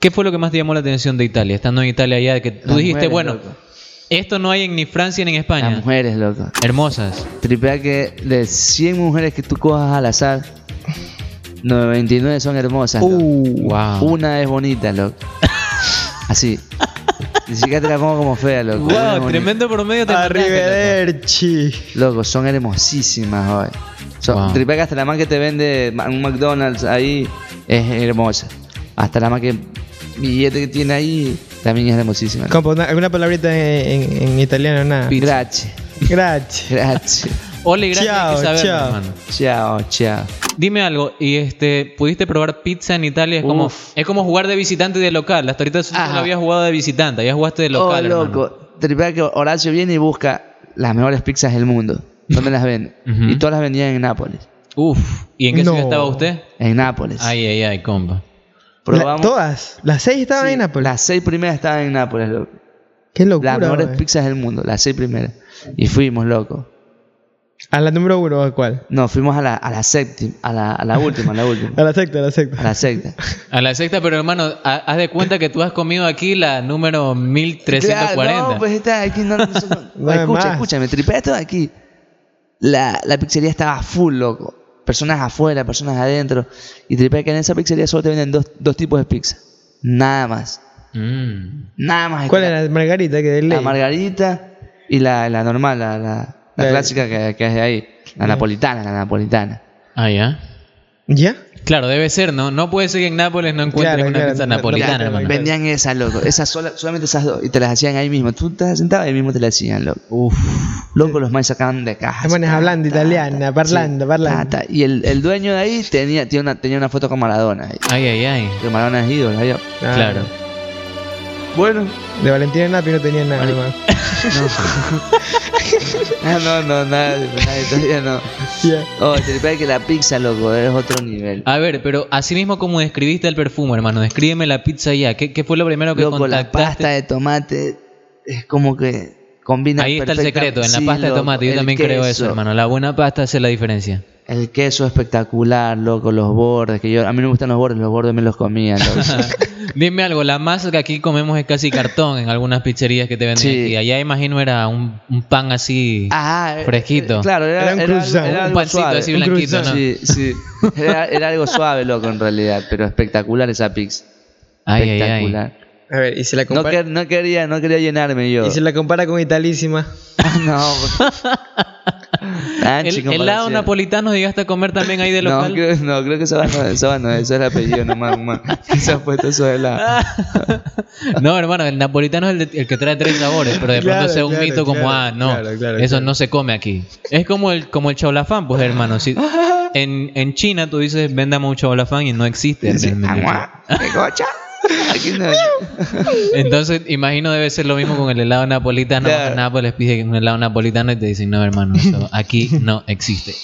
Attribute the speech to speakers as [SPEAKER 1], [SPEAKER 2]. [SPEAKER 1] ¿Qué fue lo que más te llamó la atención de Italia? Estando en Italia ya, que tú
[SPEAKER 2] Las
[SPEAKER 1] dijiste,
[SPEAKER 2] mujeres,
[SPEAKER 1] bueno,
[SPEAKER 2] loco.
[SPEAKER 1] esto no hay en ni Francia ni en
[SPEAKER 2] Las
[SPEAKER 1] España.
[SPEAKER 2] mujeres, loco.
[SPEAKER 1] Hermosas.
[SPEAKER 2] Tripea que de 100 mujeres que tú cojas al azar, 99 son hermosas. loco.
[SPEAKER 1] Uh, wow.
[SPEAKER 2] Una es bonita, loco. Así. Ni siquiera te la pongo como fea, loco. Una es
[SPEAKER 1] Wow,
[SPEAKER 2] bonita.
[SPEAKER 1] tremendo promedio te mandaste,
[SPEAKER 3] Arrivederci.
[SPEAKER 2] Loco, son hermosísimas, joder. Son,
[SPEAKER 1] Wow.
[SPEAKER 2] tripea que hasta la man que te vende ma- un McDonald's ahí es hermosa. Hasta la man que billete que tiene ahí también es hermosísima. loco.
[SPEAKER 3] Compa, una- alguna palabrita en, en- en italiano, nada.
[SPEAKER 2] Grazie,
[SPEAKER 3] Gracias.
[SPEAKER 2] grazie.
[SPEAKER 1] loco. Ole, gracias
[SPEAKER 3] Chao,
[SPEAKER 1] que saberlo,
[SPEAKER 3] chao.
[SPEAKER 1] hermano.
[SPEAKER 2] Chao, chao.
[SPEAKER 1] Dime algo, y este, ¿pudiste probar pizza en Italia? Es como,
[SPEAKER 2] Uf.
[SPEAKER 1] es como jugar de visitante y de local. Hasta ahorita solo
[SPEAKER 2] Ajá.
[SPEAKER 1] habías jugado de visitante, ya jugaste de local.
[SPEAKER 2] oh,
[SPEAKER 1] hermano.
[SPEAKER 2] loco. Tripea que Horacio viene y busca las mejores pizzas del mundo. ¿Dónde las venden?
[SPEAKER 1] Ujú.
[SPEAKER 2] Y todas las vendían en Nápoles.
[SPEAKER 1] Uf, ¿y en qué
[SPEAKER 3] No.
[SPEAKER 1] ciudad estaba usted?
[SPEAKER 2] En Nápoles.
[SPEAKER 1] Ay, ay, ay, compa.
[SPEAKER 2] Probamos.
[SPEAKER 3] La- todas. Las seis estaban
[SPEAKER 2] Sí,
[SPEAKER 3] en Nápoles.
[SPEAKER 2] Las seis primeras estaban en Nápoles, loco.
[SPEAKER 3] Qué locura.
[SPEAKER 2] Las mejores
[SPEAKER 3] güey.
[SPEAKER 2] pizzas del mundo, las seis primeras. Y fuimos, loco.
[SPEAKER 3] A la número uno, ¿a cuál?
[SPEAKER 2] No, fuimos a la, a la séptima, a la, a la última, a la última.
[SPEAKER 3] A la secta, a la secta.
[SPEAKER 2] A la sexta.
[SPEAKER 1] A la sexta, pero hermano, ha- haz de cuenta que tú has comido aquí la número
[SPEAKER 2] Claro,
[SPEAKER 1] 1340.
[SPEAKER 2] no, pues esta de aquí no, no son-
[SPEAKER 3] No hay
[SPEAKER 2] escucha,
[SPEAKER 3] más.
[SPEAKER 2] escucha, me tripé esto de aquí. La, la pizzería estaba full, loco. Personas afuera, personas adentro. Y tripé que en esa pizzería solo te venden dos, dos tipos de pizza. Nada más.
[SPEAKER 1] Mm.
[SPEAKER 2] Nada más.
[SPEAKER 3] ¿Cuál era? Margarita, que de
[SPEAKER 2] La
[SPEAKER 3] ley.
[SPEAKER 2] margarita y la, la normal, la, la, la
[SPEAKER 3] La-
[SPEAKER 2] clásica que, que es de ahí. La napolitana, la napolitana.
[SPEAKER 1] Ah, ya.
[SPEAKER 3] ¿Ya?
[SPEAKER 1] Claro, debe ser, ¿no? No puede ser que en Nápoles no encuentres
[SPEAKER 3] Claro,
[SPEAKER 1] una
[SPEAKER 3] claro,
[SPEAKER 1] pizza
[SPEAKER 3] no,
[SPEAKER 1] napolitana,
[SPEAKER 3] claro,
[SPEAKER 1] hermano.
[SPEAKER 3] ven.
[SPEAKER 2] Vendían esas, loco. Esas sola- solamente esas dos. Y te las hacían ahí mismo. Tú te sentado y ahí mismo te las hacían, loco. Loco, los más sacaban de caja.
[SPEAKER 3] Los manes
[SPEAKER 2] Ta,
[SPEAKER 3] hablando
[SPEAKER 2] ta,
[SPEAKER 3] italiana,
[SPEAKER 2] ta.
[SPEAKER 3] parlando, parlando.
[SPEAKER 2] ta, ta. Y el, el dueño de ahí tenía, tenía, una, tenía una foto con Maradona. ahí.
[SPEAKER 1] Ay, ay, ay.
[SPEAKER 2] Que Maradona es ídolo. ahí.
[SPEAKER 3] Ah,
[SPEAKER 1] Claro.
[SPEAKER 2] Bueno.
[SPEAKER 3] De Valentina Napi no tenía nada, hermano.
[SPEAKER 2] Ah, no, no, nada, nada italiano.
[SPEAKER 3] Ya.
[SPEAKER 2] Oh, te parece que la pizza, loco, es otro nivel.
[SPEAKER 1] A ver, pero así mismo como describiste el perfume, hermano, descríbeme la pizza ya. ¿Qué, qué fue lo primero que
[SPEAKER 2] Loco, la
[SPEAKER 1] contactaste?
[SPEAKER 2] pasta de tomate es como que combina
[SPEAKER 1] Ahí está el
[SPEAKER 2] perfecta-
[SPEAKER 1] secreto, en la
[SPEAKER 2] Sí,
[SPEAKER 1] pasta de
[SPEAKER 2] loco,
[SPEAKER 1] tomate. Yo
[SPEAKER 2] el
[SPEAKER 1] también creo eso,
[SPEAKER 2] queso.
[SPEAKER 1] hermano. La buena pasta hace la diferencia.
[SPEAKER 2] El queso espectacular, loco, los bordes, que yo a mí no me gustan los bordes, los bordes me los comía, loco.
[SPEAKER 1] Dime algo, la masa que aquí comemos es casi cartón en algunas pizzerías que te venden
[SPEAKER 2] Sí.
[SPEAKER 1] aquí. Allá imagino era un, un pan así.
[SPEAKER 2] Ajá, eh,
[SPEAKER 1] Fresquito.
[SPEAKER 2] Claro, era,
[SPEAKER 3] Era un
[SPEAKER 2] algo-
[SPEAKER 3] croissant.
[SPEAKER 2] era
[SPEAKER 3] Un
[SPEAKER 2] algo
[SPEAKER 1] pancito
[SPEAKER 2] suave.
[SPEAKER 1] así
[SPEAKER 2] Un
[SPEAKER 1] blanquito,
[SPEAKER 2] croissant.
[SPEAKER 1] ¿no?
[SPEAKER 2] Sí, sí. Era, era algo suave, loco, en realidad, pero espectacular esa pizza.
[SPEAKER 1] ay, ay, ay.
[SPEAKER 2] espectacular.
[SPEAKER 3] A ver, y se la
[SPEAKER 2] No,
[SPEAKER 3] compara.
[SPEAKER 2] quer- no quería, no quería llenarme yo.
[SPEAKER 3] y se la compara con Italísima.
[SPEAKER 2] no. Tan
[SPEAKER 1] El
[SPEAKER 2] chico
[SPEAKER 1] helado
[SPEAKER 2] parecía.
[SPEAKER 1] napolitano llegaste a comer también ahí de
[SPEAKER 2] No
[SPEAKER 1] local.
[SPEAKER 2] creo, no, creo que eso va no, eso va no, eso es el apellido nomás, nomás. Se ha puesto eso de la...
[SPEAKER 1] No, hermano, el napolitano es el, de- el que trae tres sabores, pero de
[SPEAKER 3] Claro,
[SPEAKER 1] pronto sea un
[SPEAKER 3] claro,
[SPEAKER 1] mito como,
[SPEAKER 3] claro,
[SPEAKER 1] ah, no,
[SPEAKER 3] claro, claro,
[SPEAKER 1] eso
[SPEAKER 3] claro.
[SPEAKER 1] no se come aquí. Es como el como el chaulafán, pues, hermano. Si, en, en China tú dices, vendame un chaulafán y no existe. realmente.
[SPEAKER 2] Agua, de gocha. Aquí no.
[SPEAKER 1] Entonces, imagino debe ser lo mismo con el helado napolitano.
[SPEAKER 2] Claro.
[SPEAKER 1] Nápoles pide un helado napolitano y te dicen, no, hermano, eso aquí no existe.